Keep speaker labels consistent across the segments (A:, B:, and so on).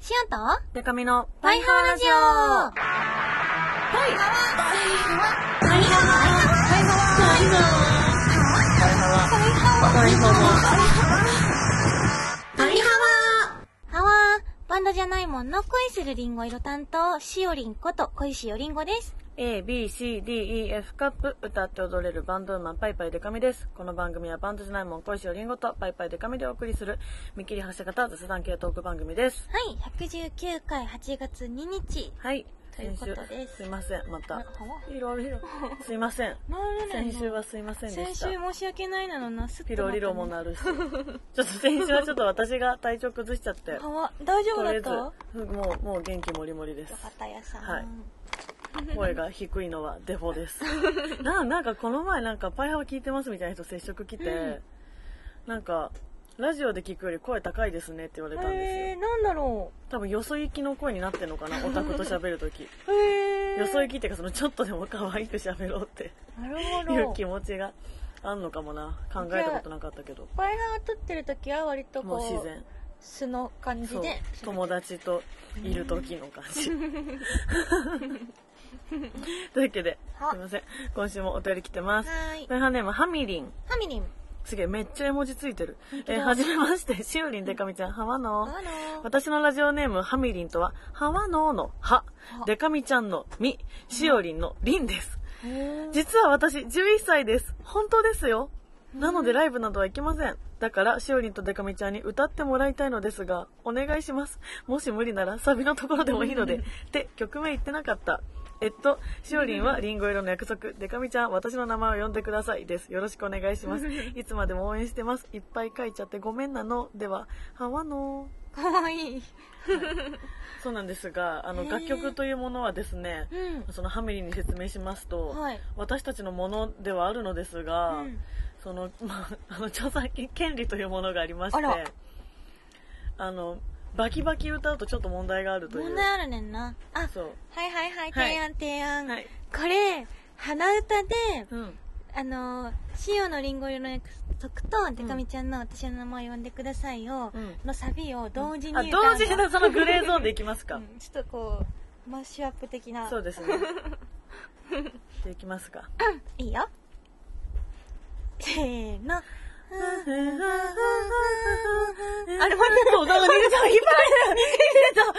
A: シオンと
B: デカミの
A: パイハワラジオハワーバンドじゃないもんの恋するリンゴ色担当、しおりんこと恋しおりんごです。
B: A, B, C, D, E, F カップ歌って踊れるバンドウーマンパイパイデカミです。この番組はバンドじゃないもん恋しおりんごとパイパイデカミでお送りする見切り発車型雑談系トーク番組です。
A: はい、119回8月2日。
B: はい。
A: ということ
B: 先週
A: です
B: すいません、また
A: あ。ほわ
B: い ろいろ。すいません。
A: なる
B: 先週はすいませんで
A: 先
B: し
A: 週
B: た。
A: 申し訳ないなのな、すっと
B: ピ
A: ま
B: ロ
A: た
B: リロもなるし。ちょっと先週はちょっと私が体調崩しちゃって。
A: ハワ大丈夫
B: とりあ
A: だ
B: え
A: ったよ
B: ず、もう、もう元気もりもりです。
A: かったやさん。
B: はい声が低いのはデフ ォですななんかこの前なんか「パイハワ聞いてます」みたいな人接触来て、
A: うん
B: なんか「ラジオで聞くより声高いですね」って言われたんです
A: え
B: よ
A: ー、なんだろ
B: 多分よそ行きの声になってんの かなオタクと喋るとき
A: う。えー。
B: よそ行きっていうかそのちょっとでも可愛く喋ろうって
A: なるほ
B: いう
A: ど。
B: 気持ちがあんのかもな考えたことなかったけど
A: パイハー撮ってる時は割とこ
B: も
A: う
B: う自然
A: 素の感じ
B: そう
A: で
B: 友達といる時の感 じというわけで
A: は
B: すいません今週もお便り来てます
A: はーい
B: ペンハネームハミリン
A: ハミリン
B: すげえ、めっちゃ絵文字ついてる。
A: 当
B: え
A: だ
B: ーはじめまして、 しおりんでかみちゃん、ハワ
A: あ
B: ノー。
A: の
B: 私のラジオネーム、ハミリンとは、ハワノーのハ
A: は、
B: でかみちゃんのミ、しおりんのリンです。
A: へー
B: 実は私、11歳です。本当ですよ。なのでライブなどは行きません。だから、しおりんとでかみちゃんに歌ってもらいたいのですが、お願いします。もし無理なら、サビのところでもいいので、って曲名言ってなかった。えっと、しおりんはリンゴ色の約束、でかみちゃん、私の名前を呼んでくださいです。よろしくお願いします。いつまでも応援してます。いっぱい書いちゃってごめんなの。では、はわの
A: かわいい
B: そうなんですが、あ
A: へ
B: の、
A: ー
B: 楽曲というものはですね、
A: うん
B: そのハミリンに説明しますと、
A: はい
B: 私たちのものではあるのですが、
A: うん
B: その、まあ、 あの著作権利というものがありまして
A: あら
B: あのバキバキ歌うとちょっと問題があるという
A: 問題あるねんなあ
B: そう
A: はいはいはい
B: はい
A: 提案提案
B: はい、
A: これ鼻歌で
B: うん、
A: あの塩のりんご色の約束とでかみちゃんの私の名前を呼んでくださいよ
B: うん
A: のサビを同時
B: あ
A: に歌うの
B: 同時にそのグレーゾーンでいきますか、
A: うんちょっとこうマッシュアップ的な
B: そうですねでいきますか
A: いいよせーの
B: あ
A: れ待って
B: そうなんか出てた引っ張れた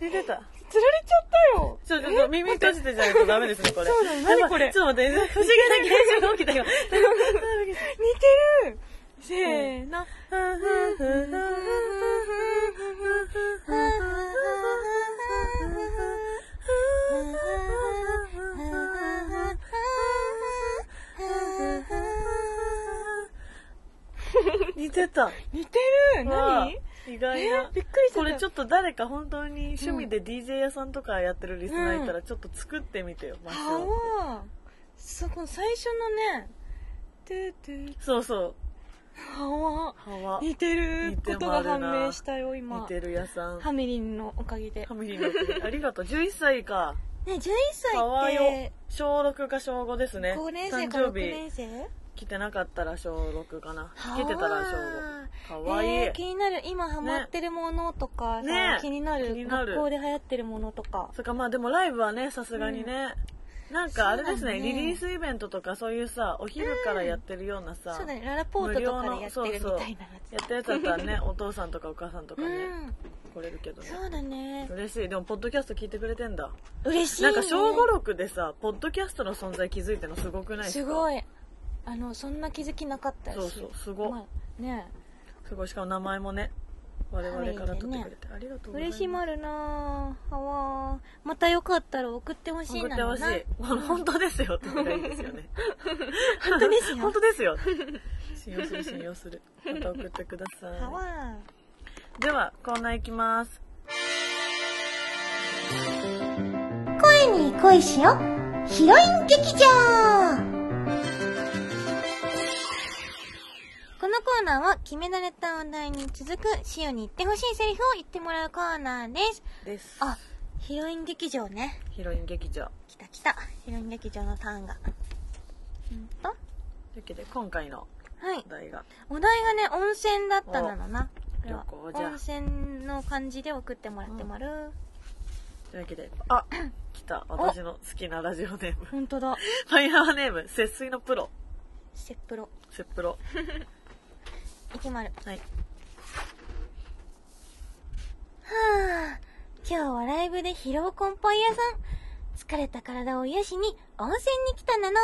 B: 出てた似てる出てた
A: 釣られちゃったよ
B: ちょ、ちょ、ちょ、耳閉じてじゃないとダメですね、これ。
A: そうだよ何
B: やばい
A: これ
B: ちょっと待って、不思議な現象が起きたよ。
A: 似てるせーの。
B: 似てた。
A: 似てる
B: わあ
A: 何
B: 意外
A: え
B: な。
A: びっくりしちゃった
B: これちょっと誰か本当に趣味で DJ 屋さんとかやってるリスナーいたら、ちょっと作ってみてよ、マシ
A: ハ
B: を。
A: ワそこ最初のね、トゥトゥ、
B: そうそう。
A: ハワ
B: ハワ。
A: 似てることが判明したよ、
B: 似
A: 今。
B: てる屋さん。
A: ハミリンのおかげで
B: ハ。ミリンの次ありがとう。11歳か。
A: ね、11
B: かわ
A: 歳っ
B: よ
A: て、。
B: 小6か小5ですね。
A: 5年生か
B: 誕
A: 6
B: 生日
A: 年生
B: 来てなかったら小6かな
A: はあ
B: 来てたら小5かわいい、
A: えー気になる今ハマってるものとかさ、
B: ね
A: 気になる
B: 気になる
A: 学校で流行ってるものとか
B: そっかまあでもライブはねさすがにね、なんかあれですね
A: そうだね
B: リリースイベントとかそういうさお昼からやってるようなさ、
A: そうだねララポートとかでやってるみ
B: 無料の
A: たいなやつ
B: やったやつだったらね お父さんとかお母さんとか
A: う
B: ね、
A: ん
B: 来れるけどね
A: そうだね
B: 嬉しいでもポッドキャスト聞いてくれてんだ
A: 嬉しい、ね、
B: なんか小五六でさポッドキャストの存在気づいたのすごくないです
A: す
B: か
A: ご
B: い
A: いあのそんな気づきなかったし
B: そうそうすごい
A: まあね
B: すごいしかも名前もね我々から取ってくれて、ありがとうございま
A: 嬉
B: す
A: しまるなぁはわーまたよかったら送ってほしい
B: 送
A: な
B: ってほしい
A: な。
B: あの本当ですよって言ったらいいですよね。
A: 本当ですよ
B: 本当ですよ。信用する信用する。また送ってくださ
A: はわ
B: い。では、コーナーいきます。
A: ー声に恋しよヒロイン劇場このコーナーは決められたお題に続くシオに言ってほしいセリフを言ってもらうコーナーです
B: です。
A: あヒロイン劇場ね
B: ヒロイン劇場。
A: 来た来たヒロイン劇場のターンがうんとは
B: というわけで、今回の
A: い
B: お題が、
A: お題がね温泉だったなのなこれは
B: 旅行じゃ
A: 温泉の感じで送ってもらってもらう、
B: というわけで、あ、来た。私の好きなラジオネーム。
A: ほんとだ
B: ファイヤーネーム、節水のプロ。
A: セップロ
B: 節プロ。
A: 池丸
B: はい。
A: はあ今日はライブで疲労困憊屋さん疲れた体を癒しに温泉に来たなのは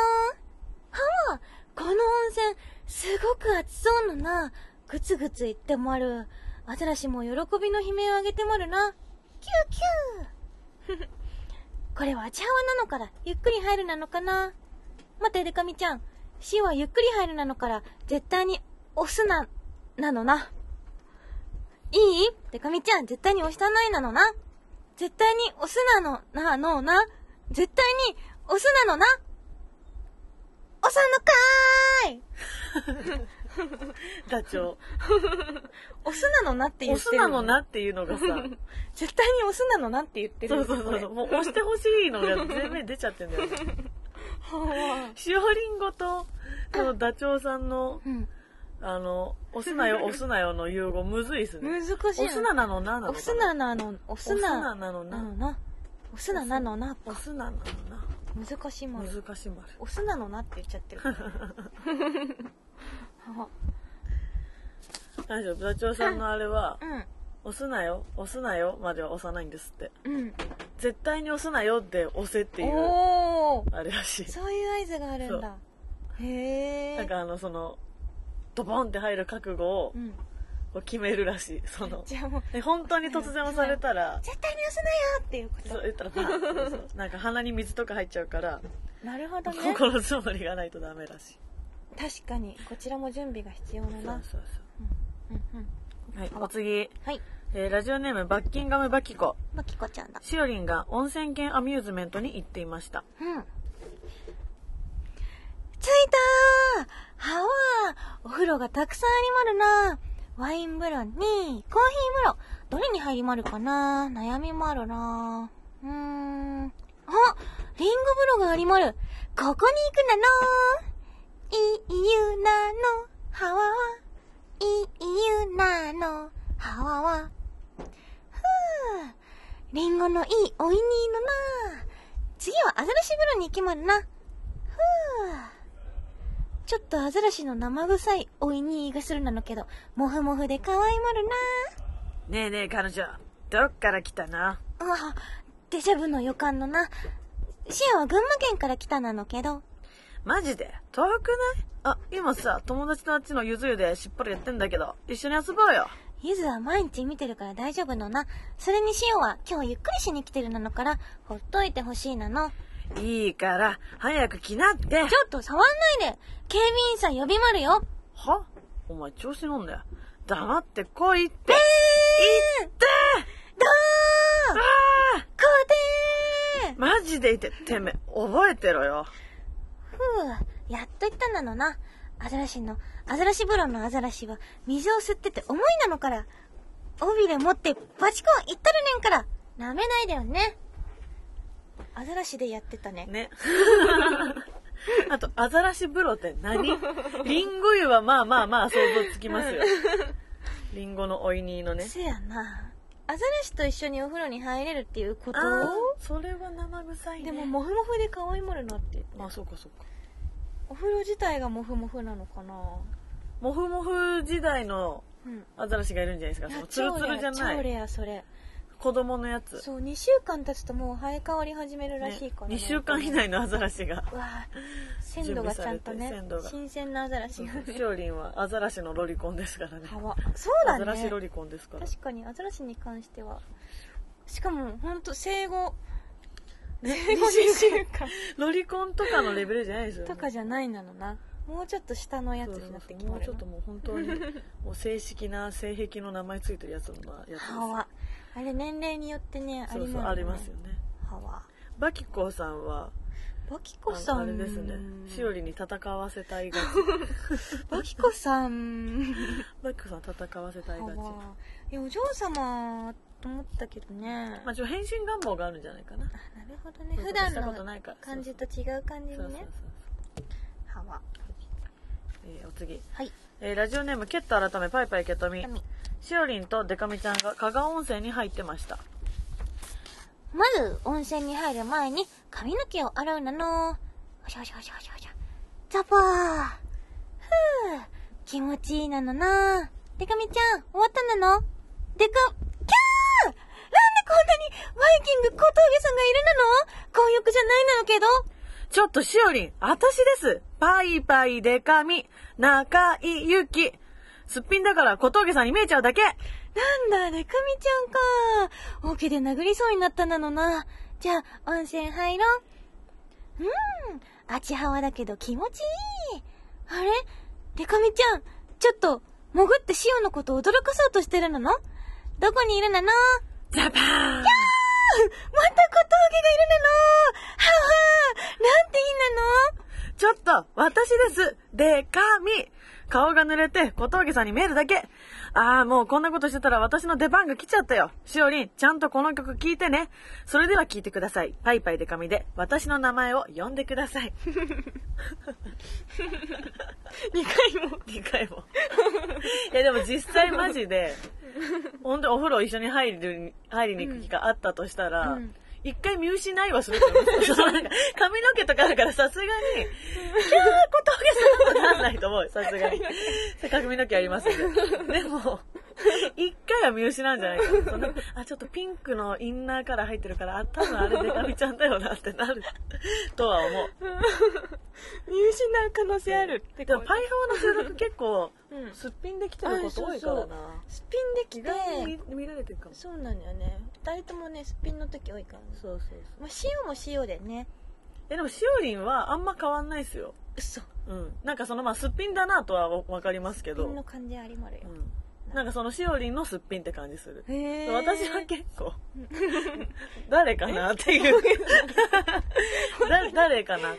A: あこの温泉すごく熱そうななぐつぐつ言ってもあるアザラシも喜びの悲鳴を上げてもあるなキューキュー これは茶泡なのからゆっくり入るなのかな待ってでかみちゃん C はゆっくり入るなのから絶対に押すななのないいでかみちゃん、絶対に押したないなのな。絶対に押すなの、なのな。絶対に押すなのな。押さんのかーい
B: ダチョウ。
A: 押すなのなって言
B: オ
A: って
B: ス
A: るよ
B: な
A: ね。
B: のなっていうの がさ、
A: 絶対に押すなのなって言ってるよ
B: そう
A: ね。
B: そうそうそう、
A: こ
B: もう押してほしいのが全面に出ちゃってん だよね。
A: れ。
B: しおりんごと、このダチョウさんの、
A: うん。
B: あの、押す なよ、押すなよの融合、むずいっすね。
A: 難しいな。
B: 押すななのななのか
A: 押すななの、押す
B: 押す
A: な
B: ななの
A: な
B: な。
A: のな。押すななのな。
B: 押すなな
A: 難しいも
B: の
A: ん。
B: な。難しい丸。
A: 押すなのなって言っちゃって る。
B: 大丈夫、ダチョウさんのあれは、
A: うん。
B: 押すなよ、押すなよまでは押さないんですって。
A: うん。
B: 絶対に押すなよって押せっていう、
A: おー。
B: あれらしい。
A: そういう合図があるんだ。へえ。
B: なんかあの、その、ドボンって入る覚悟を
A: うん。
B: こう決めるらしい。その、
A: じゃあもう、
B: で本当に突然押されたら、
A: 絶対に押すなよっていうこ
B: そう
A: と。
B: 言ったら パーンってそうそうなんか鼻に水とか入っちゃうから、
A: なるほどね。
B: 心づもりがないとダメらしい。
A: 確かに、こちらも準備が必要
B: そ
A: だ
B: うそう
A: な。うんうん。
B: そう。はい、お次。
A: はい。
B: えーラジオネーム、バッキンガムバキコ。
A: まきこちゃんだ。
B: しおりんが温泉犬アミューズメントに行っていました。
A: うん。着いたーはわーお風呂がたくさんありまるなワイン風呂に、コーヒー風呂。どれに入りまるかな悩みもあるなうーん。あリンゴ風呂がありまるここに行くなのいい湯なの、はわわ。いい湯なの、はわわ。ふぅ。リンゴのいいおいにのな次はアザラシ風呂に行きまるな。ふぅ。ちょっとアザラシの生臭いおいにいがするなのけど、もふもふで可愛いまる
B: ねえねえ、彼女。どっから来たな
A: な。ああ、デジャブの予感のな。シアは群馬県から来たなのけど。
B: マジで遠くないあ、今さ、友達とあっちのゆず湯でしっぽりやってんだけど、一緒に遊ぼうよ。
A: ゆずは毎日見てるから大丈夫のな。それにシオは今日ゆっくりしに来てるなのから、ほっといてほしいなの。ち
B: いいから、早く来なって。
A: ょっと触んないで警備員さん呼びまるよ
B: はお前調子乗んだよ。黙って来いって。
A: えーど
B: で
A: ーこうで
B: あ
A: ー
B: ーマジでいて、てめえ、覚えてろよ。
A: ふう、やっと言ったなのな。アザラシの、アザラシ風呂のアザラシは水を吸ってて重いなのから。尾びれ持ってバチコンいったるねんから。舐めないだよね。アザラシでやってたね。
B: ね。 あと、アザラシ風呂って 何リンゴ湯はまあまあまあ想像つきますよ。リンゴのおいにのね。
A: せやな。アザラシと一緒にお風呂に入れるっていうこと
B: あーそれは生臭いね。
A: でも、モフモフで可愛いもるなって。
B: まあそうかそうか。
A: お風呂自体がモフモフなのかな
B: もふもふ時代の
A: うん。
B: アザラシがいるんじゃないですか。
A: い
B: そ
A: や
B: のツルツルじゃ
A: 超
B: な
A: レア、
B: い。
A: 超レアそれ。
B: 子供のやつ。
A: そう、2週間経つともう生え変わり始めるらしいから、
B: 2週間以内のアザラシが。
A: うわあ鮮度がちゃんとね
B: 準備されて鮮度が
A: 新鮮なアザラシが
B: しおりんはアザラシのロリコンですからね。
A: 川そう
B: ア
A: だ
B: ザラシ
A: ね
B: ロリコンですから。
A: 確かにアザラシに関してはしかもほんと生後
B: ね
A: 生後2週 間
B: ロリコンとかのレベルじゃないですよ、ね。
A: とかじゃないなのなもうちょっと下のやつになってき
B: も
A: ま
B: う
A: る
B: ちょっともう本当にもう正式な性癖の名前ついてるやつのやつです
A: 川あれ年齢によってねあ
B: そ
A: り
B: う
A: ます
B: そうありますよね
A: 川
B: バキコさんは
A: バキコ
B: あ
A: さん
B: のあれですねしおりに戦わせた いがち
A: バキコさ ん
B: バキコさん戦わせたいがちま
A: いやお嬢様と思ったけどね
B: あちょ変身願望があるんじゃないかな
A: なるほどね
B: そう
A: 普
B: いうこと
A: 段
B: したこと
A: の
B: ないから
A: 感じと違う感じ
B: そうそう
A: に
B: そう
A: ね
B: そう
A: はわ
B: えーお次、
A: はい
B: えーラジオネーム、ケット改め、パイパイケトミ。しおりんとデカミちゃんが加賀温泉に入ってました。
A: まず、温泉に入る前に髪の毛を洗うなの。ほしゃほしゃほしゃほしゃほしゃ。ザバー。ふぅ、気持ちいいなのな。でかみちゃん、終わったなのでか、キャーなんでこんなにバイキング小峠さんがいるなの混浴じゃないなのけど。
B: ちょっとしおりん、あたしです。パイパイデカミ、中井ゆき。すっぴんだから小峠さんに見えちゃうだけ。
A: なんだ、でかみちゃんか。オケで殴りそうになったなのな。じゃあ、温泉入ろう。うん、あちはわだけど気持ちいい。あれでかみちゃん、ちょっと、潜ってシオのこと驚かそうとしてるなのどこにいるなのま
B: ザバーン
A: た小峠がいるなのははなんていいなの
B: ちょっと、私です。でかみ。顔が濡れて小峠さんに見えるだけ。ああ、もうこんなことしてたら私の出番が来ちゃったよ。しおりん、ちゃんとこの曲聴いてね。それでは聴いてください。パイパイデカミで私の名前を呼んでください。
A: 二回も。
B: 2回も。いやでも実際マジで、本当にお風呂一緒に入る、入りに行く機会あったとしたら、
A: うん
B: 一回見失いはすると思う。 そのなんか髪の毛とかだからさすがに、 キャー小峠さんとなんないと思うよさすがに。せっかく髪の毛ありますんで。でも、一回は見失うんじゃないかなその。あ、ちょっとピンクのインナーから入ってるから、あ、多分あれデカミちゃんだよなってなる。とは思う。
A: 見失う可能性あるって
B: でもパイフォーの収録結構
A: うん、
B: すっぴんできてること多いから
A: あそうそ
B: な。
A: スピンでき
B: 意外に見見られてるかも。
A: そうなんだよね2人ともねすっぴんの時多いからね、
B: そうそうそう。
A: まあ、塩も塩でね
B: え、でもしおりんはあんま変わんないですよ。
A: 嘘す
B: うん。なんかそのまあすっぴんだなとはわわかりますけ
A: っ
B: ど。
A: ぴ
B: うん
A: の感じありまるよ、
B: ん。なんかそのしおりんのすっぴんって感じする。
A: へえ
B: 私は結構、誰かなっていう。 誰誰かな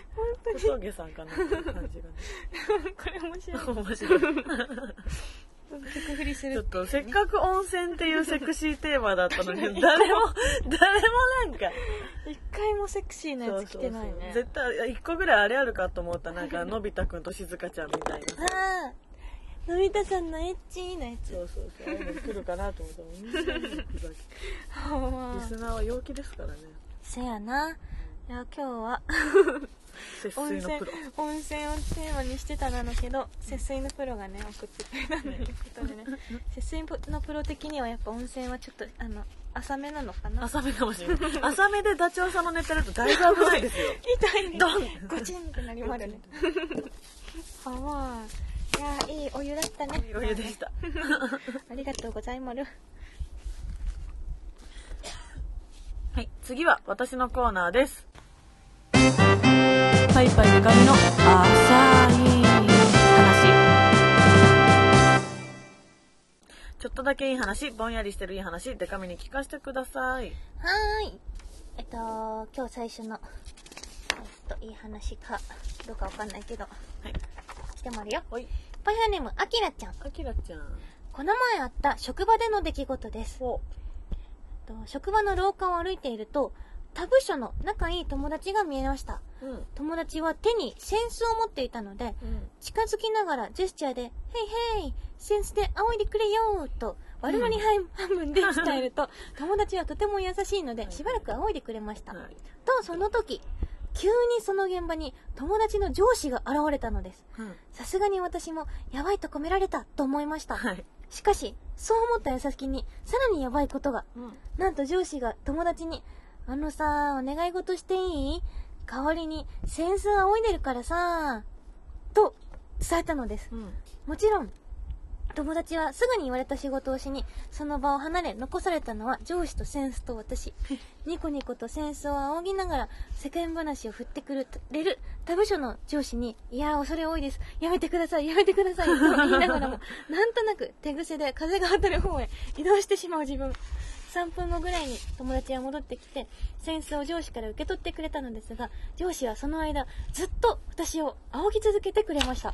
B: 小峠さんかなっていう感じがね。
A: これ面白い
B: 面 白い。
A: 曲振りす
B: ちょ
A: る
B: っとせっかく温泉っていうセクシーテーマだ ったのに、誰も、誰もなんか、
A: 一回もセクシーなやつ来てないね
B: そうそうそう絶対いや一個ぐらいあれあるかと思ったなんかのび太くんとしずかちゃんみたいな
A: ああのび太さんのエッチなやつ
B: そうそうそうああいうの来るかなと思 ったらみんなふざけてリスナーは陽気ですからね
A: せやないや今日は
B: 節
A: 温
B: 水
A: 泉
B: のプロ
A: 温泉をテーマにしてたなのけど節水のプロがね送ってくれたんだけどね節水のプロ的にはやっぱ温泉はちょっとあの浅めなのかな
B: 浅めかもし れない浅めでダチョウ様寝てるとだいぶ危ないですよ
A: 痛いね
B: ドン
A: ゴチンってなりまるねはわいやいいお湯だったね
B: 余裕でした
A: ありがとうございまる
B: はい次は私のコーナーですパイパイで髪の浅い話ちょっとだけいい話ぼんやりしてるいい話でかみに聞かせてくださ
A: はー
B: い
A: いえっと今日最初のえっといい話かどうかわかんないけど
B: はい
A: 来てもらうよ
B: はい
A: パイハーネームあきらちゃん
B: あきらちゃん
A: この前あった職場での出来事です
B: お
A: と職場の廊下を歩いていると他部署の仲いい友達が見えました
B: うんうん
A: 友達は手に扇子を持っていたので近づきながらジェスチャーで「ヘイヘイ扇子で仰いでくれよ」と悪乗り半分で伝えると友達はとても優しいのでしばらく仰いでくれました
B: はい
A: とその時急にその現場に友達の上司が現れたのです
B: うん
A: さすがに私もやばいとこめられたと思いました
B: はい
A: しかしそう思った矢先にさらにやばいことが
B: うん
A: なんと上司が友達に、あのさ、お願い事していい代わりに、センス仰いでるからさ、と伝えたのです。
B: うん
A: もちろん、友達はすぐに言われた仕事をしに、その場を離れ、残されたのは上司とセンスと私。ニコニコとセンスを仰ぎながら、世間話を振ってくれる、他部署の上司に、いやー、恐れ多いです。やめてください、やめてください、と言いながらも、なんとなく手癖で風が当たる方へ移動してしまう自分。3分後ぐらいに友達は戻ってきて、センスを上司から受け取ってくれたのですが、上司はその間、ずっと私を仰ぎ続けてくれました。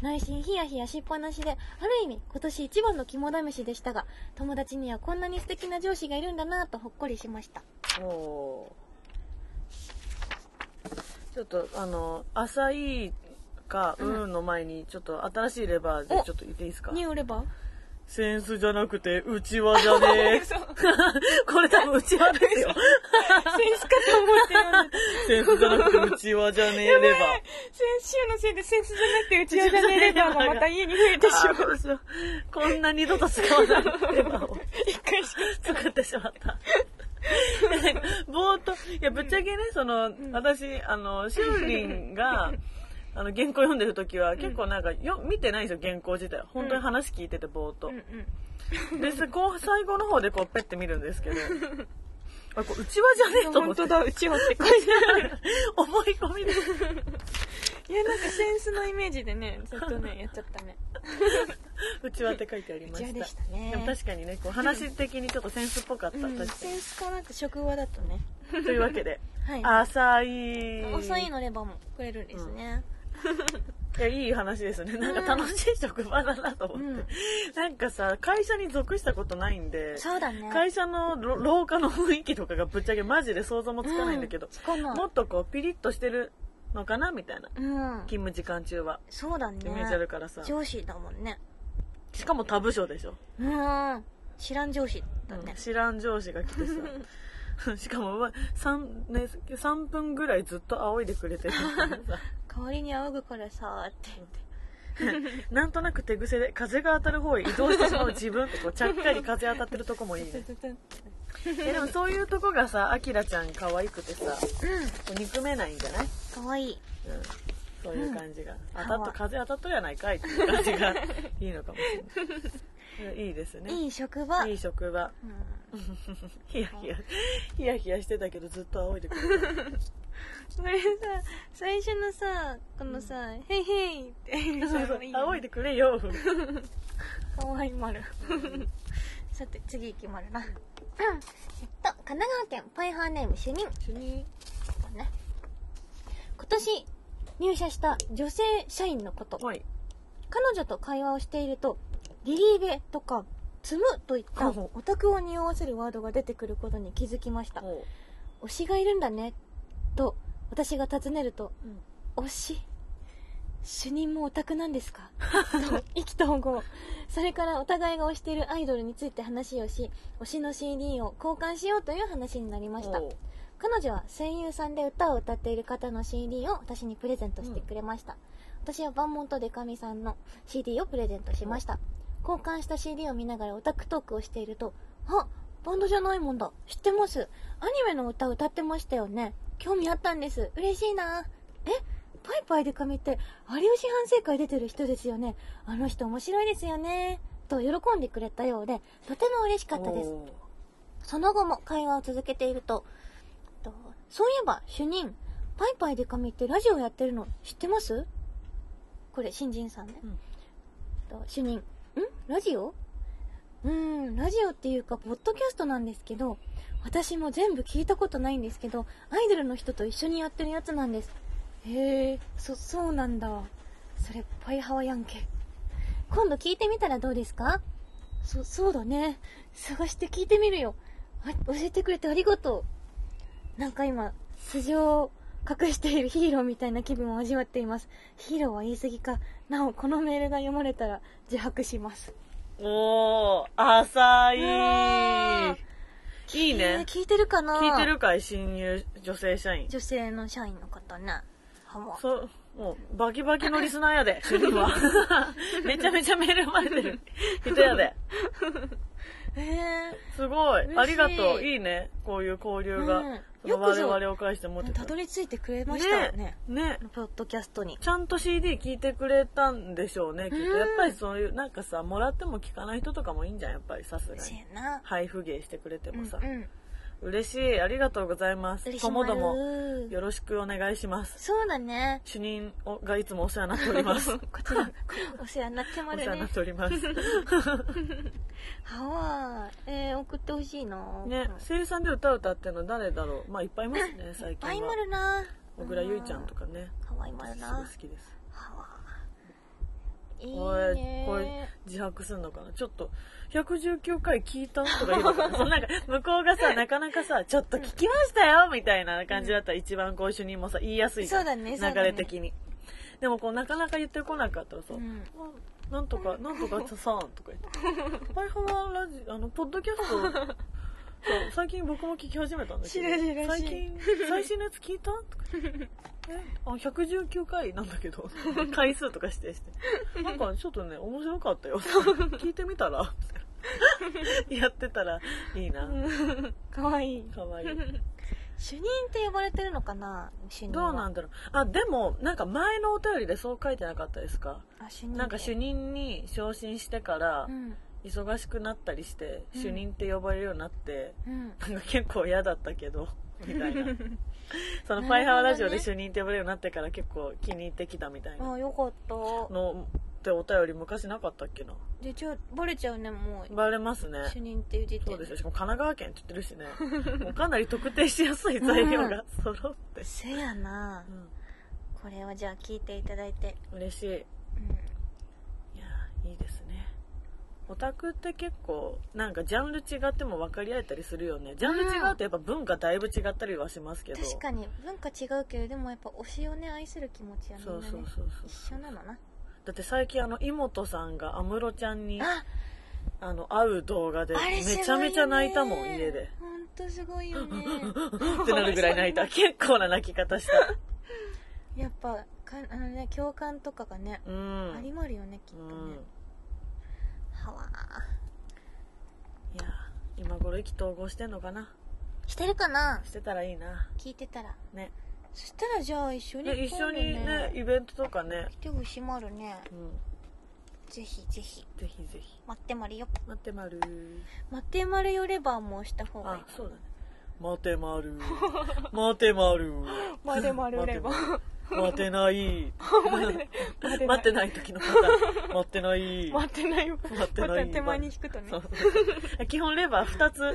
A: 内心ヒヤヒヤしっぱなしで、ある意味今年一番の肝試しでしたが、友達にはこんなに素敵な上司がいるんだなぁとほっこりしました。
B: おーちょっとあの浅いか、う
A: うん
B: ん、の前に、ちょっと新しいレバーでちょっと言っていいですか
A: ニオレバー。
B: センスじゃなくて、うちわじゃねえ
A: そう。セン
B: これ多分うちわですよ。
A: スかと思って読んだ
B: センスじゃなくて、うちわじゃねえレバ
A: 先
B: ー。
A: 週のせいでセンスじゃなくてうちわじゃねえ レバーがまた家に増えてしま
B: あー
A: う。
B: どうしようこんな二度と使わないレバーを。
A: 一回しか。
B: 作ってしまった。ぼーっと、いや、ぶっちゃけね、その、私、あの、しゅうりんが、あの、原稿読んでる時は、結構なんか、よ、見てないんですよ、原稿自体。本当に話聞いてて、ぼーっと
A: うん。うん。
B: で、こう、最後の方でこう、ペッて見るんですけど、あ、こう、うちわじゃねえと思
A: 本
B: って
A: 当。だ、うちわって書いてある。
B: 思い込みで。
A: いや、なんかセンスのイメージでね、ずっと ね、やっちゃったね。
B: うちわって書いてありまし
A: うちわ
B: た。
A: でしたね
B: でも確かにね、こう、話的にちょっとセンスっぽかった。確か
A: センスかなんか食話だとね。
B: に。 というわけで、
A: はい。
B: 浅い。
A: 遅いのレバーもくれるんですね。
B: いや、いい話ですね。なんか楽しい職場だなと思って。
A: うん
B: なんかさ、会社に属したことないんで、
A: そうだね。
B: 会社のろ廊下の雰囲気とかがぶっちゃけマジで想像もつかないんだけど
A: う、つかない
B: もっとこう、ピリッとしてるのかなみたいな。
A: うん。
B: 勤務時間中は。
A: そうだね
B: イ。メージあるからさ。
A: 上司だもんね。
B: しかも他部署でしょ。
A: うん。知らん上司だね。
B: 知らん上司が来 てさ。しかも、ま3、ね、三分ぐらいずっと仰いでくれてるみたいなさ。
A: 代わりに仰ぐからさーって言って。
B: なんとなく手癖で風が当たる方へ移動してしまう自分ってこうちゃっかり風当たってるとこもいいねえでもそういうとこがさあきらちゃん可愛くて
A: う
B: さこう憎めないんじゃない、うん、
A: ん。かわいい。
B: そういう感じが、
A: ん
B: 当たった風当たっとるやないかいっていう感じがいいのかもしれないいやいいですね
A: いい職場。
B: いい職場
A: うん
B: ヒヤヒヤヒヤヒヤしてたけどずっと仰いでくれた
A: これさ、最初のさ、このさ、ヘイヘイって言う
B: そう
A: の
B: そう
A: がいいよ
B: 仰い
A: ね。
B: でくれよ
A: かわいい丸。 さて、次行きまるな。うんえっと、神奈川県パイハーネーム主任。
B: 主任
A: だね今年入社した女性社員のこと。
B: はい
A: 彼女と会話をしていると、リリーベとか、積むといった
B: ほうほ
A: オタクを匂わせるワードが出てくることに気づきました。
B: も
A: 推しがいるんだね、と私が尋ねると、
B: う、うん
A: 推し主任もオタクなんですかと意気投合それからお互いが推しているアイドルについて話をし推しの CD を交換しようという話になりました
B: おう
A: 彼女は声優さんで歌を歌っている方の CD を私にプレゼントしてくれました、私はバンモンとデカミさんの CD をプレゼントしました交換した CD を見ながらオタクトークをしているとあバンドじゃないもんだ知ってますアニメの歌歌ってましたよね興味あったんです嬉しいなえパイパイデカミって有吉反省会出てる人ですよねあの人面白いですよねと喜んでくれたようでとても嬉しかったです
B: おう
A: その後も会話を続けていると、とそういえば主任、パイパイデカミってラジオやってるの知ってますこれ新人さんね。
B: うん
A: と主任、んラジオうーん、ラジオっていうか、ポッドキャストなんですけど、私も全部聞いたことないんですけど、アイドルの人と一緒にやってるやつなんです。へえ、そ、そうなんだ。それ、パイハワやんけ。今度聞いてみたらどうですかそ、そうだね。探して聞いてみるよ。あ教えてくれてありがとう。なんか今、素性を隠しているヒーローみたいな気分を味わっています。ヒーローは言い過ぎか。なお、このメールが読まれたら自白します。
B: おー、浅
A: うわ
B: い。いい
A: えー
B: ね。
A: 聞いてるかな
B: 聞いてるかい新入女性社員。
A: 女性の社員の方ね。はも
B: そう、もう、バキバキのリスナーやで、 主任は。 めちゃめちゃメールまれてる人やで。
A: えー
B: すごい
A: 嬉し。い
B: ありがとう。いいね。こういう交流が
A: うん。
B: その
A: よくぞ
B: 我々を介して持って
A: たどり着いてくれましたよね。
B: ね。
A: ポッドキャストに。
B: ちゃんと CD 聞いてくれたんでしょうね、きっと。
A: うん
B: やっぱりそういう、なんかさ、もらっても聞かない人とかもいいんじゃん、やっぱりさすが
A: せ
B: に。
A: やな。
B: 配布芸してくれてもさ
A: う。ん、うん。
B: 嬉しい。ありがとうございます。
A: 嬉しい
B: ともども。
A: 丸
B: よろしくお願いします。
A: そうだね。
B: 主任をがいつもお世話になっております。
A: こちら、お世話になって ま
B: お
A: るね
B: 世。話になってお ります。
A: はわーえー、送ってほしいな
B: ね、声優さんで歌歌ってるの誰だろう。まあいっぱいいますね、
A: いっ
B: 最近
A: ぱ
B: は。
A: いまるな
B: 小倉優衣ちゃんとかね。
A: かわいまる
B: すごい
A: な
B: 好きです。
A: はわー
B: これ
A: いいね
B: これ自白すんのかなちょっと119回聞いたとか言うのかな そうなんか向こうがさなかなかさちょっと聞きましたよみたいな感じだったら一番こう主任もさ言いやすいじゃん
A: そうだねそう
B: 流
A: だね
B: れ的にでもこうなかなか言ってこなかったらさ、
A: うん
B: あなんとかなんとかさんとか 言って「パイハワラジあのポッドキャスト」そう最近僕も聞き始めたんだけど
A: 知らしらし
B: 最近最新のやつ聞い たとかえあ119回なんだけ ど回数とか指定してなんかちょっとね面白かっ たよ聞いてみたらやってたらいいな
A: かわいい
B: かわいい
A: 主任って呼ばれてるのかな主任
B: どうなんんだろうあでもなんか前のお便りでそう書いてなかったですか
A: あ主任
B: なんか主
A: 任
B: 任に昇進してから
A: うん
B: 忙しくなったりして
A: うん
B: 主任って呼ばれるようになって
A: うん
B: なんか結構嫌だった けどみたいなそ
A: な
B: の
A: るほどね
B: 「パイハワラジオ」で主任って呼ばれるようになってから結構気に入ってきたみたいな
A: あよかった
B: のってお便り昔なかったっけな
A: でちょバレちゃうねもう
B: バレますね
A: 主任っていう時
B: そ
A: 点
B: うです
A: で
B: よしかも神奈川県って言ってるしね もうかなり特定しやすい材料が揃って、
A: せやな
B: うん、
A: これはじゃあ聞いていただいて
B: 嬉しい
A: うん
B: いやーいいですねオタクって結構なんかジャンル違っても分かり合えたりするよねジャンル違うとやっぱ文化だいぶ違ったりはしますけど
A: 確かに文化違うけどでもやっぱ推しをね愛する気持ちはみん
B: そ
A: な
B: うそう
A: ね
B: そうそう
A: 一緒なのな
B: だって最近あの妹さんが安室ちゃんに
A: あ
B: あの会う動画で
A: あれ
B: め
A: すごいよね
B: ちゃめちゃ泣いたもん 家で
A: ほんとすごいよ ね
B: ってなるぐらい泣 いた結構な泣き方した
A: やっぱかあのね共感とかがね
B: う
A: あり
B: ん
A: まるよねきっ
B: う
A: と
B: ん
A: ねはわ
B: いやー今頃意気投合してんのかな
A: ーしてるかな
B: してたらいいな
A: 聞いてたら
B: ね
A: そしたらじゃあ一緒に
B: で一緒にねイベントとかね
A: 手を閉まるね
B: うん
A: ぜひぜひ
B: ぜひぜひ
A: 待ってまるよ
B: 待ってまる
A: 待ってまるよレバーも押した方がいい
B: あそうだね待て まる待てまる
A: 待てまるレバー
B: 待てない
A: 待
B: 待ってない時のパターン待ってな い
A: 待ってないよ
B: 待ってない
A: また手前に引くとね
B: そうそう基本レバー2つ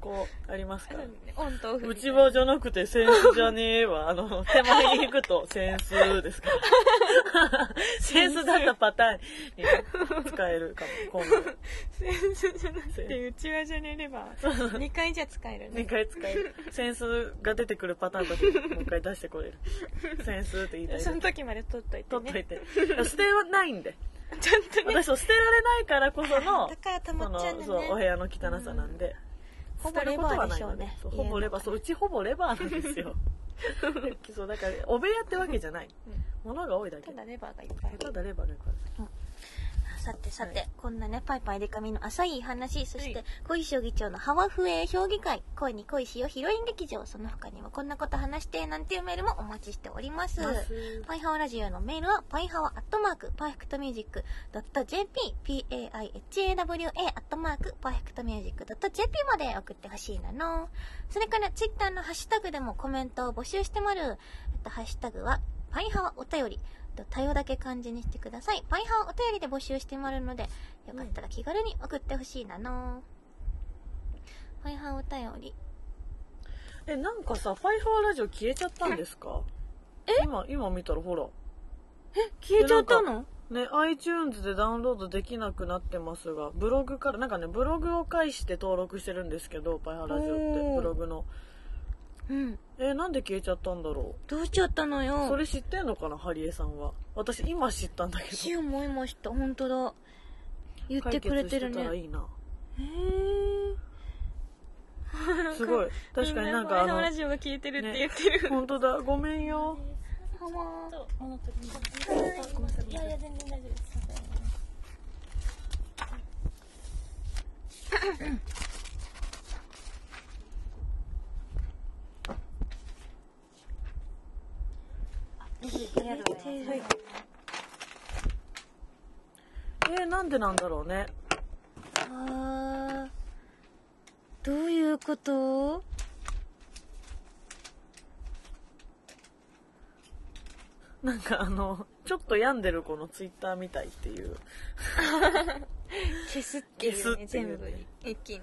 B: こうありますから
A: オンとオフ
B: う ちはじゃなくてセンスじゃねえわあの手前に引くとセンスですから センスだったパターンに使えるかも今度
A: 全然じゃなく
B: て
A: うちわじゃねれば2回じゃ使える
B: 2回使えるセンスが出てくるパターンだけもう一回出してこれるセンスって言いたいだけ
A: 時まで取っとい
B: 取っといて捨てはないんで
A: ちゃんと
B: 私そう捨てられないからこそ の
A: だから溜
B: そ
A: ま
B: の
A: っちゃうんだ
B: そうお部
A: ね
B: 屋の汚さなんで、
A: ほぼレバーでしょうね
B: 捨てることはないのでそうほぼレバーそううちほぼレバーなんで すよそうだからお部屋ってわけじゃない、物が多いだけ
A: ただレバーがいっぱい
B: ただレバーがいっぱい
A: さてさて、こんなねパイパイデカミの浅い話そして、
B: はい
A: 恋将棋長のハワフエ評議会恋に恋しよヒロイン劇場その他にはこんなこと話してなんていうメールもお待ちしております
B: ます
A: パイハワラジオへのメールは、パイハワアットマーク、パーフェクトミュージックドット JP、p-a-i-h-a-w-a アットマーク、パーフェクトミュージックドット JP まで送ってほしいなの。それから、ツイッターのハッシュタグでもコメントを募集してまる。えっと、ハッシュタグは、パイハワお便り。えっと多様だけ漢字にしてください。パイハワお便りで募集してまるので、よかったら気軽に送ってほしいなの。パイハワお便り。
B: えなんかさ「ファイファーラジオ」消えちゃったんですか今今見たらほら
A: 消
B: えちゃった
A: の
B: ね、iTunes でダウンロードできなくなってますが、ブログから、なんかね、ブログを介して登録してるんですけど、パイハラジオって
A: お、ー
B: ブログの。
A: うん。
B: えーなんで消えちゃったんだろ
A: どうしちゃったの
B: う。
A: よ。
B: それ知ってんのかな、ハリエさんは。私、今知ったんだけど。
A: シオンもいました本当だ言ってくれてる
B: 解決してたら
A: ね
B: いいな。
A: へー
B: すごい。確かになんか、あ
A: み
B: の、
A: ジオが聞いてる
B: って言
A: てる、
B: 本当だ、ごめんよ。
A: ハマー
B: ごめんなさい
A: いやいや全然大丈夫ですありがとうございます
B: えーなんでなんだろうね。
A: あーどういうこと
B: なんかあの、ちょっと病んでる子のツイッターみたいっていう。
A: 消すっていうね
B: 消すってい
A: 全
B: うね
A: 部一気に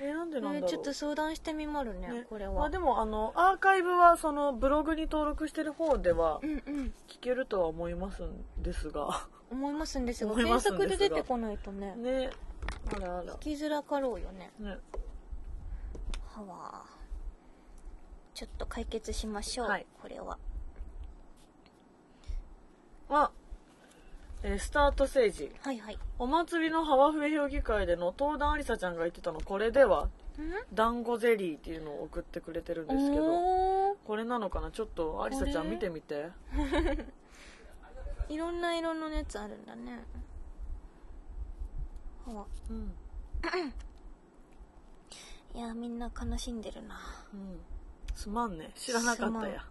B: えーなんで
A: こ
B: な
A: れ
B: んだろう。
A: ちょっと相談してみまるね
B: ね
A: これ
B: まあ
A: は
B: でもあのアーカイブはそのブログに登録してる方では
A: うんうん
B: 聞けるとは思いますんですが
A: 思いますんですが
B: 思いま
A: 検
B: すんです
A: 索で
B: が
A: 出てこないとね
B: ねあらあら
A: 聞きづらかろうよね
B: ね
A: はわちょっと解決しましょう、
B: はい
A: これは
B: は、えースタート政治。
A: はいはい。
B: お祭りのハワフエ評議会での登壇ありさちゃんが言ってたの、これでは、
A: ん
B: 団子ゼリーっていうのを送ってくれてるんですけど、
A: お
B: これなのかなちょっと、ありさちゃ
A: こ
B: ん
A: れ
B: 見てみて。
A: ーいろんな色のやつあるんだね。ほ
B: うん。
A: ういや、みんな悲しんでるな。
B: うん。すまんね。知らなかったや。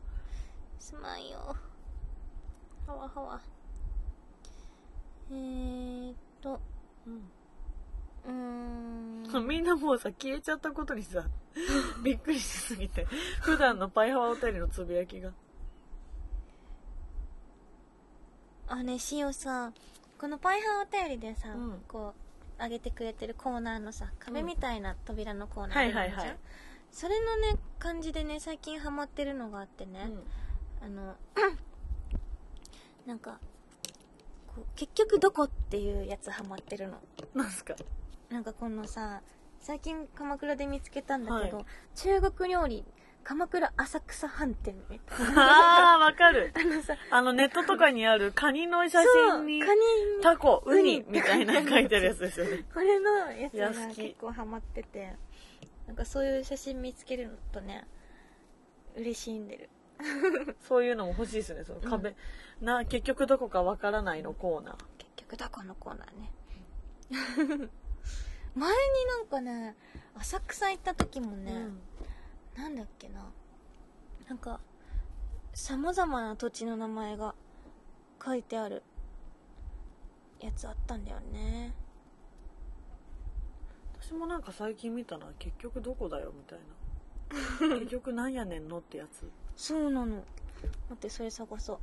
A: すまんよ。はわはわ。えーっと、
B: うん。
A: うーん。
B: みんなもうさ、消えちゃったことにさ、びっくりしすぎて、普段のパイハワお便りのつぶやきが。
A: あれしおさこの「パイハンお便り」でさ、
B: うん
A: こう上げてくれてるコーナーのさ壁みたいな扉のコーナー
B: はい
A: あ
B: はい
A: るじゃん
B: はい
A: それのね感じでね最近ハマってるのがあってね、あのなんかこう結局どこっていうやつハマってるの
B: うん。なんすか
A: なんかこのさ最近鎌倉で見つけたんだけど、
B: は
A: 中国料理鎌倉浅草飯店みたい な
B: あー、わかる。
A: あのさ
B: あの、ネットとかにあるカニの
A: そ
B: 写
A: うカ
B: 真
A: ニ
B: に、
A: に
B: タコ、ウ
A: ウニ
B: ニみたいなの書いてあるやつですよね。
A: これのやつ
B: いや
A: が
B: 好き
A: 結構ハマっててなんかそういう写真見つけるのとね嬉しいんでる
B: そういうのも欲しいですね、その壁。な、結局どこかわからないのコーナー。
A: 結局どこのコーナーね 前になんかね浅草行った時もね、なんだっけななんかさまざまな土地の名前が書いてあるやつあったんだよね
B: 私もなんか最近見たな、結局どこだよ、みたい な。結局なんやねんのってやつ。
A: そうなの待ってそれ探そう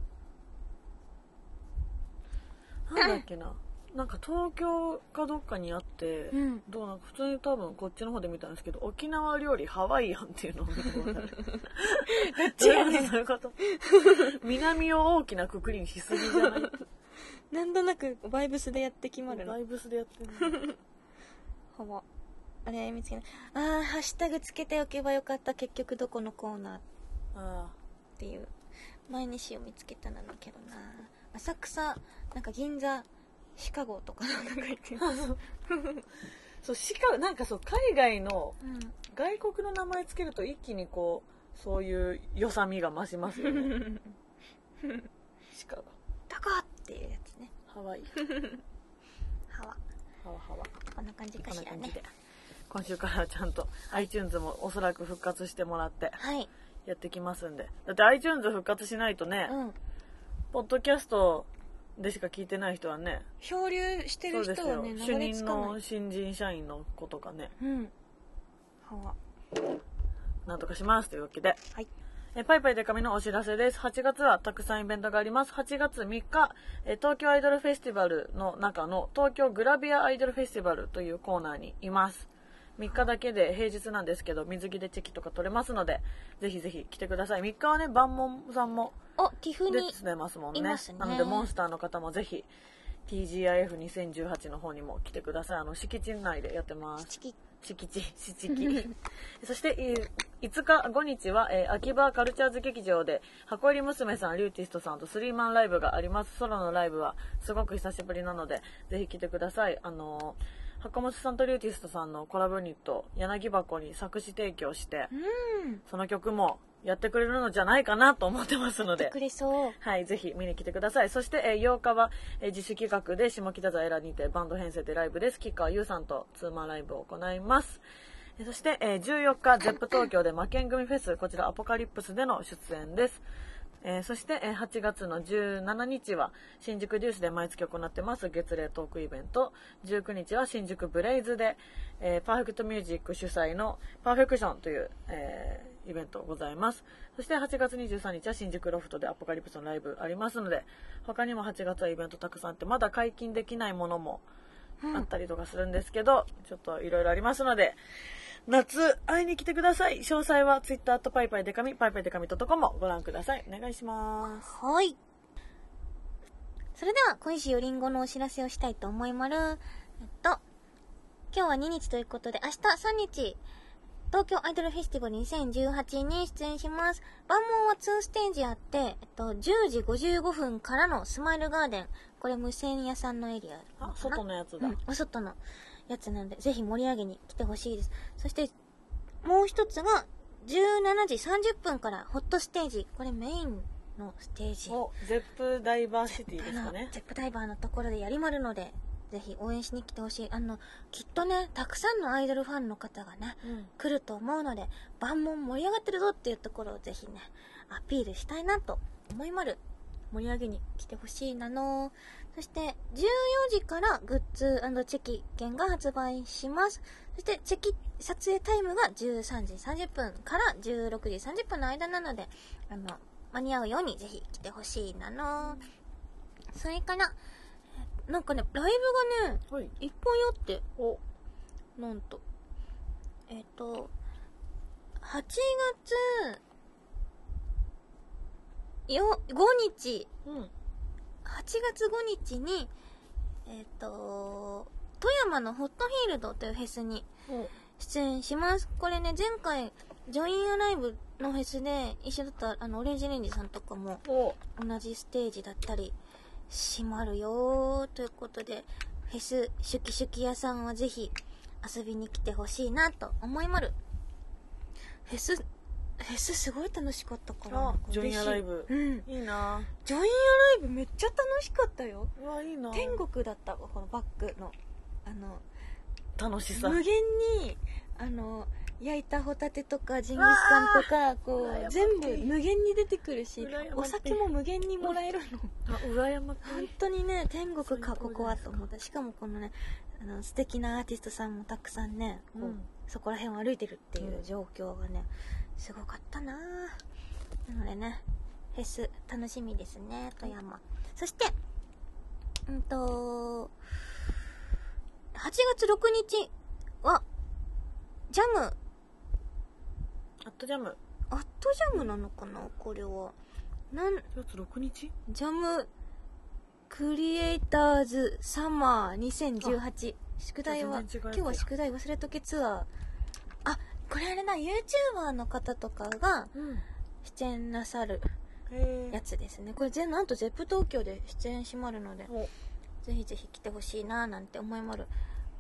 B: なんだっけな。なんか東京かどっかにあって、
A: うん
B: どうなんか普通に多分こっちの方で見たんですけど、沖縄料理ハワイアンっていうのを見てもら った。
A: ちやねん
B: そういうこと。南を大きなくくりにしすぎじ ゃない
A: なんとなくバイブスでやって決まるの
B: ライブスでやってるの。
A: ほぼあれ見つけないあーハッシュタグつけておけばよかった結局どこのコーナーっ
B: ああ。
A: ていう前にしを見つけたなんだけどな浅草なんか銀座シカゴとかなんか書いてる
B: そうしかなんかそう海外の
A: うん
B: 外国の名前つけると一気にこうそういう良さみが増しますよね しか
A: どこっていうやつね
B: ハワイ
A: はわ
B: ハワハワ
A: こんな感じか
B: こん
A: しら
B: な感
A: ね
B: じで今週からちゃんと iTunes もおそらく復活してもらって
A: はい
B: やってきますんでだって iTunes 復活しないとね、
A: うん
B: ポッドキャストでしか聞いてない人はね
A: 漂流して
B: そ
A: る
B: うです
A: 人は
B: よ
A: ね
B: 主
A: 流れ
B: 任
A: つかな
B: の
A: い
B: 新人社員の子とかね
A: うんはわ
B: なんとかしますというわけで
A: はい
B: えーパイパイでかみのお知らせです。8月はたくさんイベントがあります。8月3日、えー東京アイドルフェスティバルの中の東京グラビアアイドルフェスティバルというコーナーにいます。3日だけで平日なんですけど、水着でチェキとか取れますので、ぜひぜひ来てください。3日はね、万門さんも
A: おティフ
B: 出
A: に
B: てますもんね。
A: いますね
B: なので、モンスターの方もぜひ、TGIF2018 の方にも来てください。あの、敷地内でやってます。
A: チキ
B: 敷地、敷地。 そして、い5日、5日は、えー秋葉カルチャーズ劇場で、箱入り娘さん、リューティストさんとスリーマンライブがあります。ソロのライブは、すごく久しぶりなので、ぜひ来てください。あのー、箱本さんとリューティストさんのコラボユニット、柳箱に作詞提供して、
A: うん
B: その曲もやってくれるのじゃないかなと思ってますので。
A: くれそう
B: はい、ぜひ見に来てください。そして、えー8日は、えー自主企画で下北沢エラにてバンド編成でライブです。吉川優さんとツーマンライブを行います。えーそして、えー14日、ゼップ東京で魔剣組フェス、こちらアポカリプスでの出演です。えーそして、えー8月の17日は新宿デュースで毎月行ってます月例トークイベント19日は新宿ブレイズで、えーパーフェクトミュージック主催のパーフェクションという、えーイベントございますそして8月23日は新宿ロフトでアポカリプスのライブありますので他にも8月はイベントたくさんあってまだ解禁できないものもあったりとかするんですけど、ちょっといろいろありますので夏会いに来てください詳細は Twitter とパイパイデカミパイパイデカミ .com もご覧くださいお願いします
A: はい。それでは、小石よりんごのお知らせをしたいと思いまる。えっと、今日は2日ということで、明日3日、東京アイドルフェスティバル2018に出演します。番門は2ステージあって、えっと、10時55分からのスマイルガーデン。これ無線屋さんのエリアかな。
B: あ、外のやつ
A: う
B: だ。
A: ん、お外のやつなんで、ぜひ盛り上げに来てほしいです。そして、もう一つが、17時30分からホットステージ。これメインのステージ。
B: お、ゼップダイバーシティです
A: あ
B: か
A: の
B: ね。
A: ゼップダイバーのところでやりまるので、ぜひ応援しに来てほしい。あの、きっとね、たくさんのアイドルファンの方がね、
B: うん。
A: 来ると思うので、万門盛り上がってるぞっていうところをぜひね、アピールしたいなと思いまる。盛り上げに来てほしいなの。そして、14時からグッズチェキ券が発売します。そして、チェキ撮影タイムが13時30分から16時30分の間なので、あの、間に合うようにぜひ来てほしいなの。それから、えなんかね、ライブがね、
B: はい。
A: いっぱいあって、
B: お、
A: なんと。えっ、と、8月よ5日、
B: うん。
A: 8月5日に、えっ、と、富山のホットフィールドというフェスに
B: お、
A: 出演します。これね、前回、ジョインアライブのフェスで一緒だった、あの、オレンジレンジさんとかも
B: お、
A: 同じステージだったりしまるよーということでフェスシュキシュキ屋さんはぜひ遊びに来てほしいなと思いまるフェスフェスすごい楽しかったから
B: あ
A: なんか
B: ジョイ
A: 嬉しい
B: ンアライブ
A: うん
B: いいな
A: ジョインアライブめっちゃ楽しかったよ
B: うわ、いいな
A: 天国だったこのバッグのあの
B: 楽しさ。
A: 無限にあの焼いたホタテとかジンギスカンとかこ
B: 羨ま
A: う
B: しい
A: 全部無限に出てくるし
B: 羨ましい
A: お酒も無限にもらえるの
B: あ、羨まし
A: 本
B: い。
A: 当にね天国か
B: そ
A: こ
B: ういうとこ
A: こは
B: です
A: と
B: か
A: 思ったしかもこのねあの素敵なアーティストさんもたくさんねこう、
B: うん
A: そこら辺を歩いてるっていううん状況がねすごかったなぁなのでねフェス楽しみですね富山そしてうんと8月6日はジャム
B: アットジャム。
A: アットジャムなのかなこれはなん
B: 9月6日
A: ジャムクリエイターズサマー2018宿題は
B: 全然
A: 今
B: 違うやつ
A: 日は宿題忘れとけツアーあこれあれな YouTuber の方とかが
B: うん。
A: 出演なさる
B: へ
A: やつですねこれ全なんと ZEP 東京で出演しまるので
B: お、
A: ぜひぜひ来てほしいなーなんて思いまる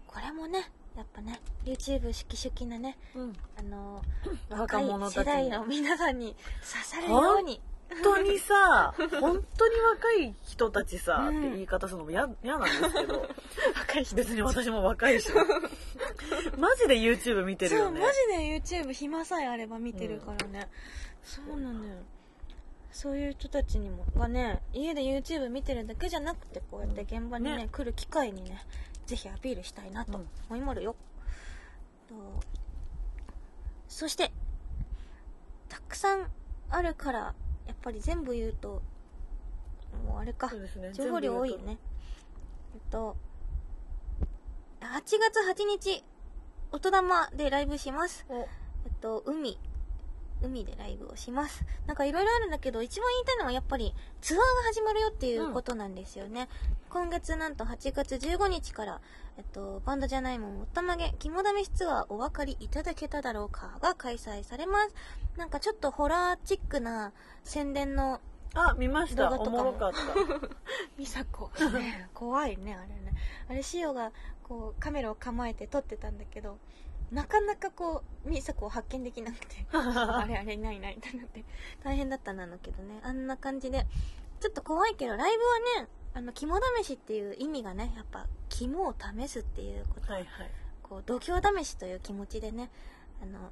A: これもねやっぱね YouTube 式々なね
B: うん。
A: あのー
B: 若者たちに
A: 世代の皆さんに刺さるように
B: 本当に さ、本当に若い人たちさ、
A: うん
B: って言い方するのも嫌嫌なんですけど、
A: 若い人
B: 別に私も 若いし。マジで YouTube 見てるよね。
A: そうマジで YouTube 暇さえあれば見てるからね、そうなんだよそういう人たちにもがね家で YouTube 見てるだけじゃなくてこうやって現場にね,、
B: ね
A: 来る機会にねぜひアピールしたいなと
B: うん
A: 思いまるよ、とそしてたくさんあるからやっぱり全部言うともうあれか
B: そうですね。
A: 情報量多いよねえっと8月8日音玉でライブします
B: 全部言うと。
A: えっと海海でライブをしますなんかいろいろあるんだけど一番言いたいのはやっぱりツアーが始まるよっていうことなんですよね、今月なんと8月15日から、えっと、バンドじゃないもんおったまげ肝試しツアーお分かりいただけただろうかが開催されますなんかちょっとホラーチックな宣伝の
B: おあ、見まし
A: 動
B: た。
A: 画と
B: お
A: かも
B: もろかった。
A: 美佐子ね 怖いねあれねあれシオがこうカメラを構えて撮ってたんだけどなかなかこう美佐子を発見できなく てあれあれいないいないってなって大変だったなんだけどねあんな感じでちょっと怖いけどライブはねあの肝試しっていう意味がねやっぱ肝を試すっていうこと、
B: はいはい。
A: こう度胸試しという気持ちでねあの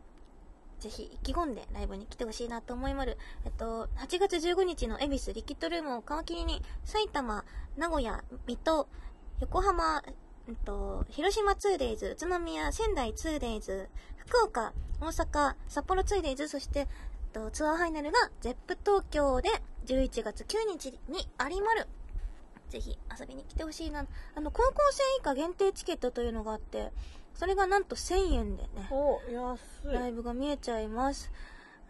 A: ぜひ意気込んでライブに来てほしいなと思いまるえっと8月15日の恵比寿リキッドルームを皮切りに埼玉名古屋水戸横浜えっと、広島 2days、宇都宮、仙台 2days、福岡、大阪、札幌 2days、そして、えっと、ツアーファイナルが ZEP 東京で11月9日にありまる。ぜひ遊びに来てほしいな。あの、高校生以下限定チケットというのがあって、それがなんと1000円でね。
B: お、安
A: ライ
B: い。
A: ブが見えちゃいます。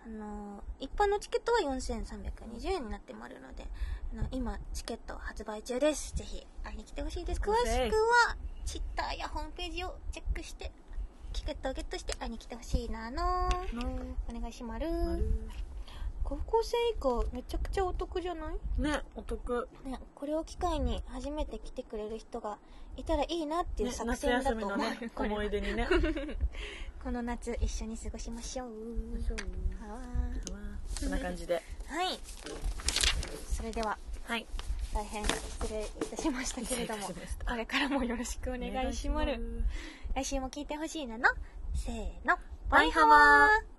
A: あのー一般のチケットは4320円になってまるので、あの今チケット発売中です。ぜひ会いに来てほしいです。詳しくは Twitter やホームページをチェックして来チケットをゲットして会いに来てほしいなのお願いしまる高校生以下めちゃくちゃお得じゃない
B: ねお得
A: ねこれを機会に初めて来てくれる人がいたらいいなっていう
B: ね
A: 作
B: 夏
A: 戦だ
B: 休
A: と
B: み
A: 思う、
B: のね
A: これ
B: 思い出にね
A: この夏一緒に過ごしましょうは
B: こんな感じで
A: ーはいそれでは
B: はい
A: 大変失礼いたしましたけれども
B: 失礼いたしました
A: これからもよろしくお願いしま
B: お願いし
A: る
B: ま
A: 来週も聞いてほしいなのせーの
B: バイハワ
A: ー